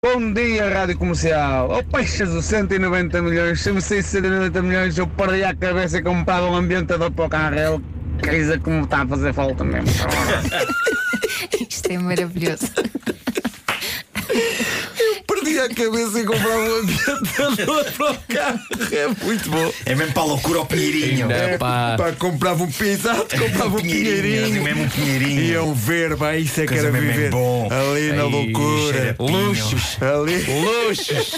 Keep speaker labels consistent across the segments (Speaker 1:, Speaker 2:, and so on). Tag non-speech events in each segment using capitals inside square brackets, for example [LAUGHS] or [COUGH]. Speaker 1: Bom dia, Rádio Comercial. Oh, peixes, os 190 milhões. Se me saísse 190 milhões, eu perdia a cabeça e comprava um ambientador para o carro. Crise como está a fazer falta mesmo. tá?
Speaker 2: Isto é maravilhoso.
Speaker 3: Perdi a cabeça e comprava um ambientador para o carro. É muito bom.
Speaker 4: É mesmo para a loucura ao pinheirinho. É
Speaker 3: É,
Speaker 5: pá.
Speaker 3: pá, comprava um pisado, comprava um
Speaker 4: Pinheirinho,
Speaker 3: pinheirinho.
Speaker 4: mesmo um pinheirinho.
Speaker 3: Iam ver, pá, isso é que
Speaker 4: Coisa
Speaker 3: era
Speaker 4: mesmo é
Speaker 3: viver.
Speaker 4: bom.
Speaker 3: Ali na
Speaker 4: Ai,
Speaker 3: loucura.
Speaker 4: cheira a pinho.
Speaker 5: Luxos.
Speaker 3: Ali.
Speaker 5: Luxos!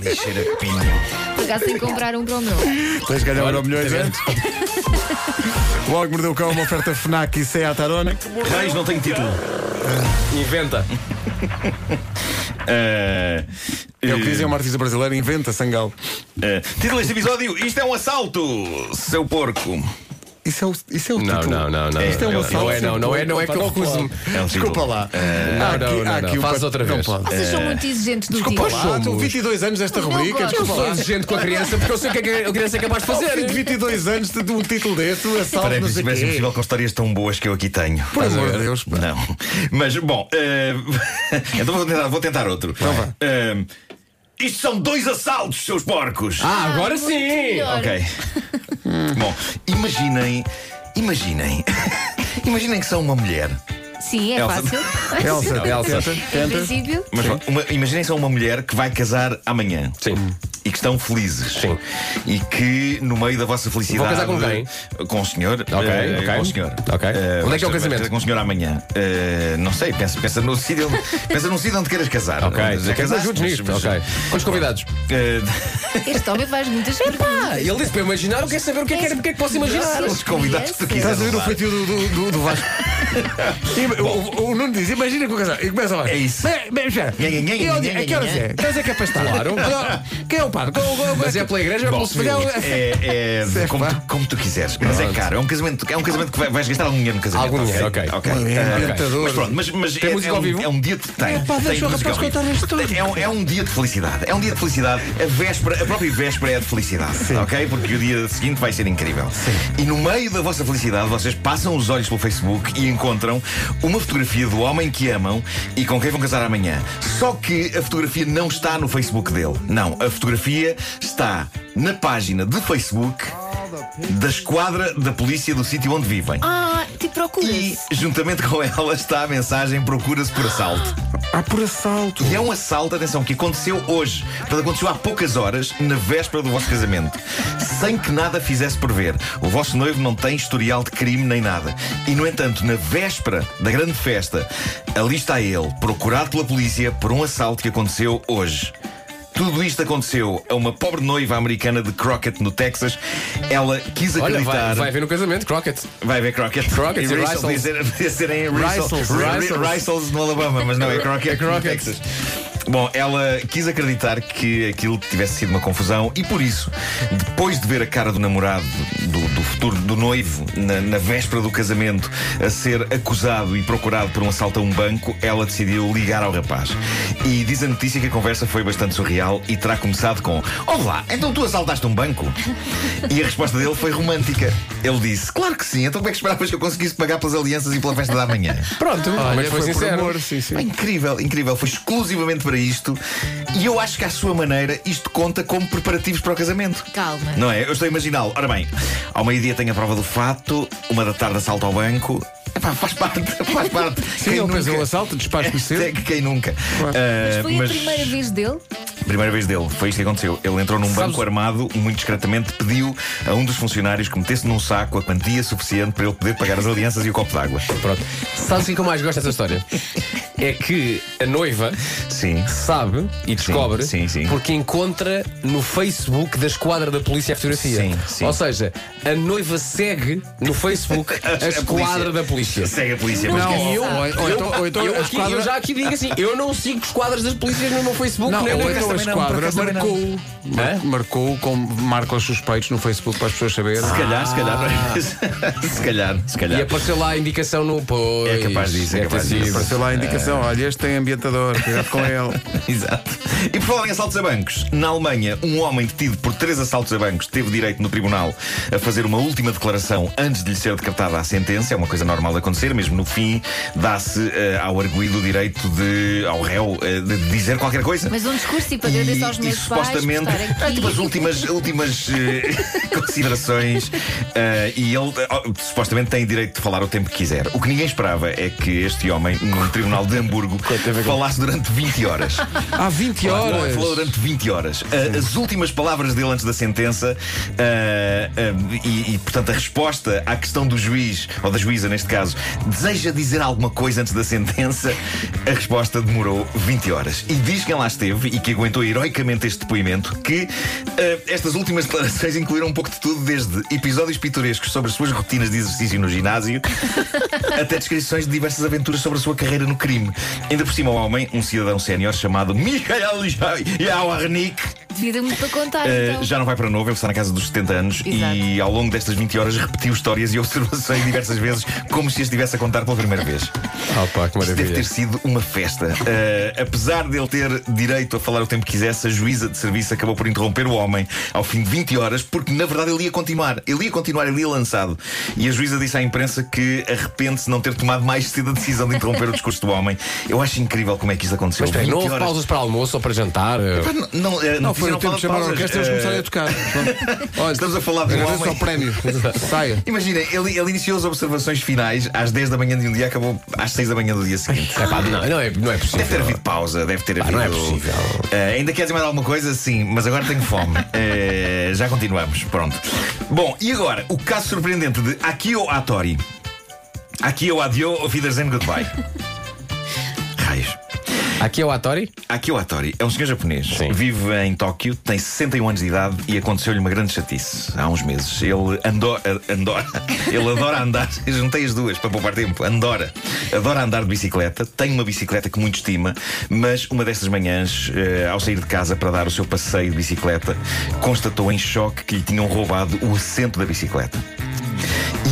Speaker 4: Ali cheira a pinho.
Speaker 2: Por acaso tenho que comprar um para o meu.
Speaker 3: Tens ganhar euro milhões,
Speaker 5: tá
Speaker 3: é? O Logo mordeu o cão, uma oferta Fnac e Seat Arona.
Speaker 4: Reis não tem título.
Speaker 5: Inventa!
Speaker 4: Ah,
Speaker 3: É o que
Speaker 4: eh,
Speaker 3: dizia uma artista brasileira, inventa Sangal.
Speaker 4: ah, título deste episódio: Isto é um assalto, seu porco.
Speaker 3: Isso é o, isso é o
Speaker 5: Não,
Speaker 3: título.
Speaker 5: não, não, não.
Speaker 3: Isto é um
Speaker 5: não,
Speaker 3: assalto
Speaker 5: não é, não, não é, não é que eu recuso-me.
Speaker 4: É um
Speaker 3: Desculpa
Speaker 4: título.
Speaker 3: lá.
Speaker 5: Não, não, não, não. Faz
Speaker 3: pa-
Speaker 5: outra
Speaker 3: não
Speaker 5: vez.
Speaker 3: pode.
Speaker 2: Vocês são muito exigentes do
Speaker 3: Desculpa
Speaker 2: tipo.
Speaker 3: lá, estão
Speaker 5: somos.
Speaker 3: 22 anos desta
Speaker 2: Não
Speaker 3: rubrica.
Speaker 2: gosto.
Speaker 5: Eu
Speaker 3: Desculpa
Speaker 5: sou
Speaker 3: lá.
Speaker 5: exigente com a criança porque eu sei o que é que a criança é capaz de fazer.
Speaker 3: De 22 anos de, de um título deste, um assalto,
Speaker 4: Parece
Speaker 3: não
Speaker 4: que
Speaker 3: sei o
Speaker 4: estivesse
Speaker 3: quê.
Speaker 4: possível com histórias tão boas que eu aqui tenho.
Speaker 3: Por amor de Deus, pá.
Speaker 4: Não. Mas, bom, eh, [LAUGHS] então vou tentar, vou tentar outro. Eh, isto são dois assaltos, seus porcos!
Speaker 5: Ah, agora
Speaker 2: muito
Speaker 5: sim!
Speaker 2: melhor.
Speaker 5: [LAUGHS]
Speaker 4: Ok. bom, imaginem, imaginem, [LAUGHS] imaginem que são uma mulher.
Speaker 2: Sim, é
Speaker 4: Elsa.
Speaker 2: fácil.
Speaker 3: Elsa,
Speaker 5: Elsa.
Speaker 3: tenta,
Speaker 2: Em
Speaker 3: tenta.
Speaker 2: princípio,
Speaker 4: Mas uma- imaginem que são uma mulher que vai casar amanhã.
Speaker 5: Sim.
Speaker 4: E que estão felizes.
Speaker 5: Sim.
Speaker 4: E que no meio da vossa felicidade.
Speaker 5: Vou casar com quem?
Speaker 4: Com o senhor.
Speaker 5: Ok,
Speaker 4: eh,
Speaker 5: ok.
Speaker 4: Com o senhor.
Speaker 5: Ok.
Speaker 4: Eh,
Speaker 5: Onde
Speaker 4: vais-
Speaker 5: é que é o
Speaker 4: vais
Speaker 5: casamento?
Speaker 4: casar Com o senhor amanhã. Eh, não sei, pensa, pensa no sítio
Speaker 5: [LAUGHS]
Speaker 4: onde, pensa num sítio onde queiras casar.
Speaker 5: Ok,
Speaker 4: Onde
Speaker 5: já queremos
Speaker 4: casaste,
Speaker 5: juntos
Speaker 4: mas-
Speaker 5: nisto.
Speaker 4: mas-
Speaker 5: Ok. Quantos convidados?
Speaker 4: eh, [LAUGHS]
Speaker 2: este homem faz muitas
Speaker 5: Ah,
Speaker 2: perguntas.
Speaker 5: ele disse para eu imaginar, eu quero saber o que é que, era, o que, é que posso imaginar.
Speaker 4: os convidados que tu quiseres.
Speaker 3: Estás a ouvir o
Speaker 4: levar.
Speaker 3: feitio do, do, do- do
Speaker 4: [LAUGHS]
Speaker 3: Vasco? Ima- o, o Nuno diz: Imagina que eu casar. E começa lá.
Speaker 4: É isso.
Speaker 3: Bem, bem, espera.
Speaker 4: Nhe, nhe, nhe,
Speaker 3: E onde-
Speaker 4: nhe,
Speaker 3: A que horas
Speaker 4: nhe,
Speaker 3: é?
Speaker 4: nhe.
Speaker 3: Que horas é que é para estar?
Speaker 5: Claro.
Speaker 3: Ah, Quem é o padre? Qual- qual- qual-
Speaker 5: Mas é pela igreja, ou é
Speaker 4: Bom,
Speaker 5: pelo civil.
Speaker 4: É, é,
Speaker 3: Sei
Speaker 4: como,
Speaker 3: lá.
Speaker 4: tu, como tu quiseres, mas é caro. É um casamento, é um casamento que vai- vais gastar algum dinheiro no casamento.
Speaker 5: Algum dinheiro, ok.
Speaker 4: ok.
Speaker 3: Um
Speaker 4: Ah,
Speaker 3: ambientador.
Speaker 4: Mas pronto, mas, mas
Speaker 5: Tem
Speaker 4: é,
Speaker 5: música
Speaker 4: é
Speaker 5: ao
Speaker 4: um,
Speaker 5: vivo?
Speaker 4: é um dia de tem.
Speaker 3: pá,
Speaker 4: tem
Speaker 3: deixa o rapaz
Speaker 4: música ao vivo.
Speaker 3: contar a história.
Speaker 4: É um, é um dia de felicidade. É um dia de felicidade. A véspera, a própria véspera é de felicidade, ok? Porque o dia seguinte vai ser incrível. E no meio da vossa felicidade, vocês passam os olhos pelo Facebook e encontram uma fotografia do homem que amam e com quem vão casar amanhã. Só que a fotografia não está no Facebook dele. Não, a fotografia está na página de Facebook da esquadra da polícia do sítio onde vivem.
Speaker 2: Ah, te
Speaker 4: E
Speaker 2: procuras.
Speaker 4: juntamente com ela está a mensagem Procura-se por assalto.
Speaker 3: Ah, por assalto.
Speaker 4: E é um assalto, atenção, que aconteceu hoje. Portanto, aconteceu há poucas horas, na véspera do vosso casamento. Sem que nada fizesse prever. O vosso noivo não tem historial de crime nem nada. E, no entanto, na véspera da grande festa, ali está ele, procurado pela polícia por um assalto que aconteceu hoje. Tudo isto aconteceu a uma pobre noiva americana de Crockett, no Texas. Ela quis
Speaker 5: Olha,
Speaker 4: acreditar.
Speaker 5: vai, vai ver no casamento, Crockett.
Speaker 4: Vai ver Crockett.
Speaker 5: Crockett e
Speaker 4: Riesel,
Speaker 5: Riesels.
Speaker 4: dizer- Podia ser em
Speaker 5: Riesels, Riesels.
Speaker 4: Risels no Alabama, mas não, é Crockett.
Speaker 5: É Crockett.
Speaker 4: no Texas. Bom, ela quis acreditar que aquilo tivesse sido uma confusão e por isso, depois de ver a cara do namorado, do, do futuro, do noivo, na, na véspera do casamento, a ser acusado e procurado por um assalto a um banco, ela decidiu ligar ao rapaz. E diz a notícia que a conversa foi bastante surreal e terá começado com: Olá, então tu assaltaste um banco? E a resposta dele foi romântica. Ele disse: Claro que sim, então como é que esperavas que eu conseguisse pagar pelas alianças e pela festa da manhã?
Speaker 5: Pronto, mas foi,
Speaker 3: por
Speaker 5: sincero.
Speaker 3: amor, sim, sim.
Speaker 4: Pá, incrível, incrível. Foi exclusivamente para isto. E eu acho que, à sua maneira, isto conta como preparativos para o casamento.
Speaker 2: Calma.
Speaker 4: Não é? Eu estou a imaginá-lo. Ora bem, ao meio-dia tenho a prova do fato, uma da tarde assalto ao banco. Epá, faz parte, [LAUGHS] faz parte.
Speaker 3: Sim, ele pensou um assalto,
Speaker 4: [LAUGHS]
Speaker 3: despacho-me cedo.
Speaker 4: Até que quem nunca. Ah,
Speaker 2: Foi a primeira vez dele?
Speaker 4: Primeira vez dele, foi isto que aconteceu. Ele entrou num
Speaker 5: Sabes-
Speaker 4: banco armado, muito discretamente pediu a um dos funcionários que metesse num saco a quantia suficiente para ele poder pagar as alianças e o copo d'água.
Speaker 5: Pronto. Sabes o que é que eu mais gosto dessa história? É que a noiva
Speaker 4: Sim.
Speaker 5: sabe e descobre
Speaker 4: sim, sim.
Speaker 5: porque encontra no Facebook da esquadra da polícia a fotografia.
Speaker 4: Sim, sim.
Speaker 5: Ou seja, a noiva segue no Facebook [LAUGHS] a, esquadra da polícia.
Speaker 4: Segue a polícia, mas
Speaker 3: Não,
Speaker 4: esquece.
Speaker 3: ou, ou então, ou então
Speaker 5: eu,
Speaker 3: a
Speaker 5: aqui-
Speaker 3: esquadra.
Speaker 5: eu já aqui digo assim, eu não sigo esquadras das polícias no meu Facebook,
Speaker 3: Não,
Speaker 5: nem
Speaker 3: ou
Speaker 5: no
Speaker 3: então a
Speaker 4: também não, por
Speaker 3: esquadra
Speaker 4: acaso também não.
Speaker 3: marcou. mar-
Speaker 5: Hã?
Speaker 3: Marcou, com, marca os suspeitos no Facebook para as pessoas saberem.
Speaker 4: Se calhar, se calhar. [LAUGHS] se calhar, se
Speaker 5: E
Speaker 4: calhar.
Speaker 5: apareceu lá a indicação no. Pois,
Speaker 4: É capaz disso, é
Speaker 5: deve ter
Speaker 4: capaz disso.
Speaker 5: sido.
Speaker 3: Apareceu lá a indicação Atenção, olha, este tem ambientador, cuidado com ele.
Speaker 4: Exato. E por falar em assaltos a bancos, na Alemanha, um homem detido por três assaltos a bancos teve direito no tribunal a fazer uma última declaração antes de lhe ser decretada a sentença. É uma coisa normal de acontecer, mesmo no fim, dá-se eh, ao arguído o direito de, ao réu, eh, de dizer qualquer coisa.
Speaker 2: Mas um discurso tipo agradeço aos
Speaker 4: E-
Speaker 2: meus
Speaker 4: e,
Speaker 2: pais por
Speaker 4: supostamente,
Speaker 2: estar
Speaker 4: Ah,
Speaker 2: aqui.
Speaker 4: tipo as últimas, últimas eh, [LAUGHS] considerações. eh, e ele eh, oh, supostamente tem direito de falar o tempo que quiser. O que ninguém esperava é que este homem, num tribunal de Hamburgo, falasse durante 20 horas.
Speaker 5: Há 20
Speaker 4: Não, ele
Speaker 5: horas.
Speaker 4: falou durante 20 horas. Ah, as últimas palavras dele antes da sentença ah, ah, e, e, portanto, a resposta à questão do juiz, ou da juíza neste caso, deseja dizer alguma coisa antes da sentença, a resposta demorou 20 horas. E diz quem lá esteve e que aguentou heroicamente este depoimento que ah, estas últimas declarações incluíram um pouco de tudo, desde episódios pitorescos sobre as suas rotinas de exercício
Speaker 2: [LAUGHS]
Speaker 4: no ginásio até descrições de diversas aventuras sobre a sua carreira no crime. Ainda por cima, um homem, um cidadão sénior chamado Michael Jawarnik, eh,
Speaker 2: Devia dar muito para contar. então.
Speaker 4: já não vai para novo, ele está na casa dos 70 anos e
Speaker 2: Exato.
Speaker 4: ao longo destas 20 horas repetiu histórias e observações diversas vezes, como se as estivesse a contar pela primeira vez.
Speaker 5: Ah, pá,
Speaker 4: Isto
Speaker 5: que
Speaker 4: deve
Speaker 5: maravilha.
Speaker 4: ter sido uma festa. [LAUGHS] Eh, apesar dele ter direito a falar o tempo que quisesse, a juíza de serviço acabou por interromper o homem ao fim de 20 horas, porque na verdade ele ia continuar. Ele ia continuar, ele ia lançado. E a juíza disse à imprensa que arrepende-se de não ter tomado mais cedo a decisão de interromper o discurso do homem. Eu acho incrível como é que isto aconteceu.
Speaker 5: Mas espera, aí, não
Speaker 4: 20
Speaker 5: houve
Speaker 4: horas.
Speaker 5: pausas para almoço ou para jantar?
Speaker 4: Pá, Não, não, eh,
Speaker 3: Não,
Speaker 4: notícia
Speaker 3: foi o
Speaker 4: não
Speaker 3: tempo
Speaker 4: fala
Speaker 3: de chamar a
Speaker 4: pausas.
Speaker 3: orquestra e eles
Speaker 4: Eh,
Speaker 3: começarem a tocar. Olha,
Speaker 4: Estamos a falar de um
Speaker 3: agradeço ao
Speaker 4: homem.
Speaker 5: [LAUGHS]
Speaker 3: prémio. Saia.
Speaker 4: Imaginem, ele, ele iniciou as observações finais às 10 da manhã de um dia, acabou às 6 da manhã do dia seguinte.
Speaker 5: É pá, não, não, é, não é possível.
Speaker 4: Deve ter havido pausa, deve ter
Speaker 5: Pá,
Speaker 4: havido.
Speaker 5: não é possível.
Speaker 4: Eh, ainda quer dizer mais alguma coisa? Sim, mas agora tenho
Speaker 5: [LAUGHS]
Speaker 4: fome. Eh, já continuamos, pronto. Bom, e agora, o caso surpreendente de Akio Atori. Akio Adio, auf Wiedersehen,
Speaker 5: [LAUGHS]
Speaker 4: goodbye. Raios.
Speaker 5: Aqui é o Atori?
Speaker 4: Akio Atori é um senhor japonês, vive em Tóquio, tem 61 anos de idade e aconteceu-lhe uma grande chatice há uns meses. Ele andou, a- andora, [LAUGHS] ele adora andar, [LAUGHS] juntei as duas para poupar tempo, andora, adora andar de bicicleta, tem uma bicicleta que muito estima, mas uma destas manhãs, eh, ao sair de casa para dar o seu passeio de bicicleta, constatou em choque que lhe tinham roubado o assento da bicicleta.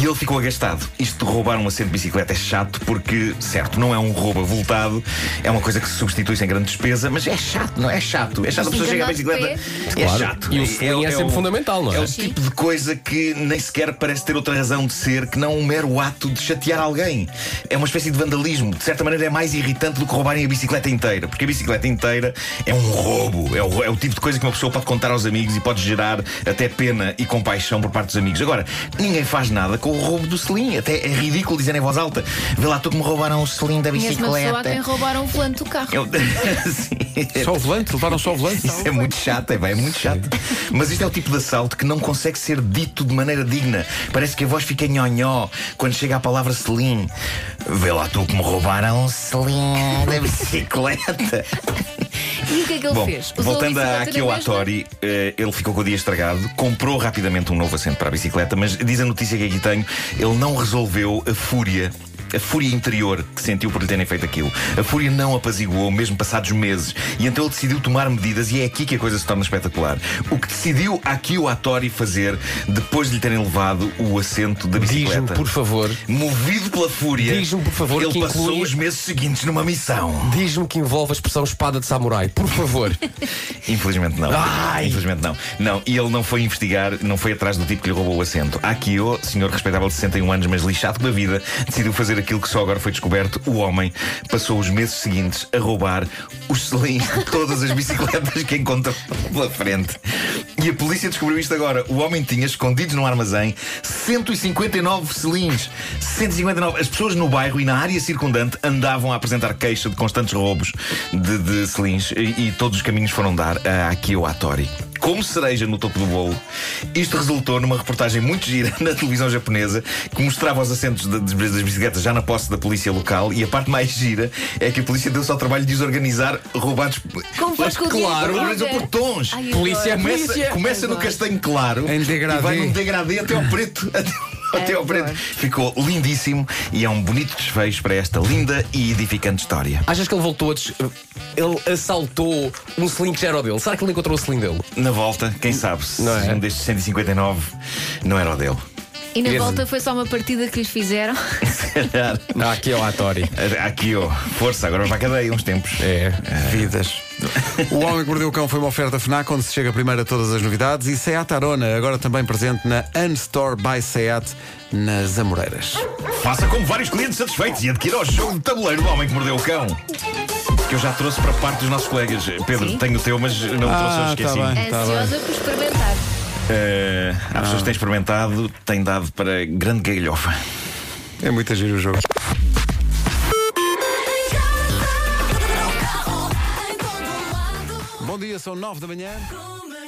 Speaker 4: E ele ficou agastado. Isto de roubar um assento de bicicleta é chato porque, certo, não é um roubo avultado, é uma coisa que se substitui sem grande despesa, mas é chato, não é chato. É chato a pessoa
Speaker 2: Fica
Speaker 4: chegar à
Speaker 2: lá de
Speaker 4: bicicleta. É
Speaker 5: Claro.
Speaker 4: chato.
Speaker 5: E o sling é sempre
Speaker 4: o-
Speaker 5: fundamental, não é?
Speaker 4: É o tipo de coisa que nem sequer parece ter outra razão de ser que não um mero ato de chatear alguém. É uma espécie de vandalismo. De certa maneira é mais irritante do que roubarem a bicicleta inteira, porque a bicicleta inteira é um roubo. É o, é o tipo de coisa que uma pessoa pode contar aos amigos e pode gerar até pena e compaixão por parte dos amigos. Agora, ninguém faz nada com o roubo do selim. Até é ridículo dizer em voz alta: vê lá tu que me roubaram o selim da
Speaker 2: Conheço uma pessoa a quem
Speaker 4: bicicleta.
Speaker 2: roubaram o volante do carro.
Speaker 4: Eu... [LAUGHS] Sim. é
Speaker 3: Só o volante, levaram só o volante.
Speaker 4: Isso é muito chato, é, bem, é muito chato. Mas isto é o tipo de assalto que não consegue ser dito de maneira digna. Parece que a voz fica nhonhó quando chega a palavra selim. Vê lá tu que me roubaram um selim da bicicleta.
Speaker 2: E o que é que ele
Speaker 4: Bom,
Speaker 2: fez? Usou
Speaker 4: voltando
Speaker 2: bicicleta
Speaker 4: a
Speaker 2: na
Speaker 4: Akio
Speaker 2: mesma?
Speaker 4: Atori, eh, ele ficou com o dia estragado, comprou rapidamente um novo assento para a bicicleta, mas diz a notícia que aqui tenho, ele não resolveu a fúria. A fúria interior que sentiu por lhe terem feito aquilo. A fúria não apaziguou, mesmo passados meses. E então ele decidiu tomar medidas, e é aqui que a coisa se torna espetacular. O que decidiu Akio Atori fazer depois de lhe terem levado o assento da
Speaker 5: Diz-me,
Speaker 4: bicicleta?
Speaker 5: por favor,
Speaker 4: Movido pela fúria,
Speaker 5: Diz-me, por favor,
Speaker 4: ele
Speaker 5: que
Speaker 4: passou
Speaker 5: inclui-
Speaker 4: os meses seguintes numa missão.
Speaker 5: diz-me que envolve a expressão espada de samurai.
Speaker 4: [LAUGHS]
Speaker 5: Por favor.
Speaker 4: Infelizmente não.
Speaker 5: Ai!
Speaker 4: Infelizmente não. Não, e ele não foi investigar, não foi atrás do tipo que lhe roubou o assento. Akio, senhor respeitável de 61 anos, mas lixado da vida, decidiu fazer aquilo que só agora foi descoberto. O homem passou os meses seguintes a roubar os selins de todas as bicicletas que encontrou pela frente. E a polícia descobriu isto agora. O homem tinha escondidos num armazém 159 selins. 159. As pessoas no bairro e na área circundante andavam a apresentar queixa de constantes roubos de, de selins e, e todos os caminhos foram dar a Akio Atori. Como cereja no topo do bolo, isto resultou numa reportagem muito gira [LAUGHS] na televisão japonesa que mostrava os assentos de- de- das bicicletas já na posse da polícia local. E a parte mais gira é que a polícia deu-se ao trabalho de desorganizar roubados.
Speaker 2: Com
Speaker 5: Mas
Speaker 2: vasculhinha
Speaker 5: claro,
Speaker 2: toda.
Speaker 4: Organizou por tons.
Speaker 2: Ai,
Speaker 5: Polícia.
Speaker 2: adoro.
Speaker 4: Começa, começa no
Speaker 2: Adoro.
Speaker 4: castanho claro
Speaker 3: Em degradê.
Speaker 4: e vai num degradê até ao preto. [LAUGHS] até- Até ao preto. Ficou lindíssimo e é um bonito desfecho para esta linda e edificante história.
Speaker 5: Achas que ele voltou a. Des... Ele assaltou um selim que já era o dele? Será que ele encontrou o selim dele?
Speaker 4: Na volta, quem sabe se
Speaker 5: Não é?
Speaker 4: um destes 159 não era o dele.
Speaker 2: E na
Speaker 5: Esse-
Speaker 2: volta foi só uma partida que lhe fizeram.
Speaker 5: Ah, aqui é o Atori.
Speaker 4: Aqui, ó, força, agora vai para a cadeia uns tempos. Ah,
Speaker 5: É.
Speaker 3: Vidas. O Homem que Mordeu o Cão foi uma oferta FNAC, onde se chega primeiro a todas as novidades. E Seat Arona, agora também presente na Unstore by Seat, nas Amoreiras.
Speaker 4: Faça como vários clientes satisfeitos e adquira o jogo de tabuleiro do homem que mordeu o cão. Que eu já trouxe para parte dos nossos colegas. Pedro,
Speaker 2: Sim.
Speaker 4: tenho o teu, mas não o trouxe, eu
Speaker 3: Ah,
Speaker 4: esqueci.
Speaker 3: tá bem. Tá
Speaker 2: Ansiosa por experimentar.
Speaker 4: Eh, há pessoas que têm experimentado, têm dado para grande gagalhofa.
Speaker 3: É muito giro o jogo. Bom dia, são nove da manhã.
Speaker 6: Comercial.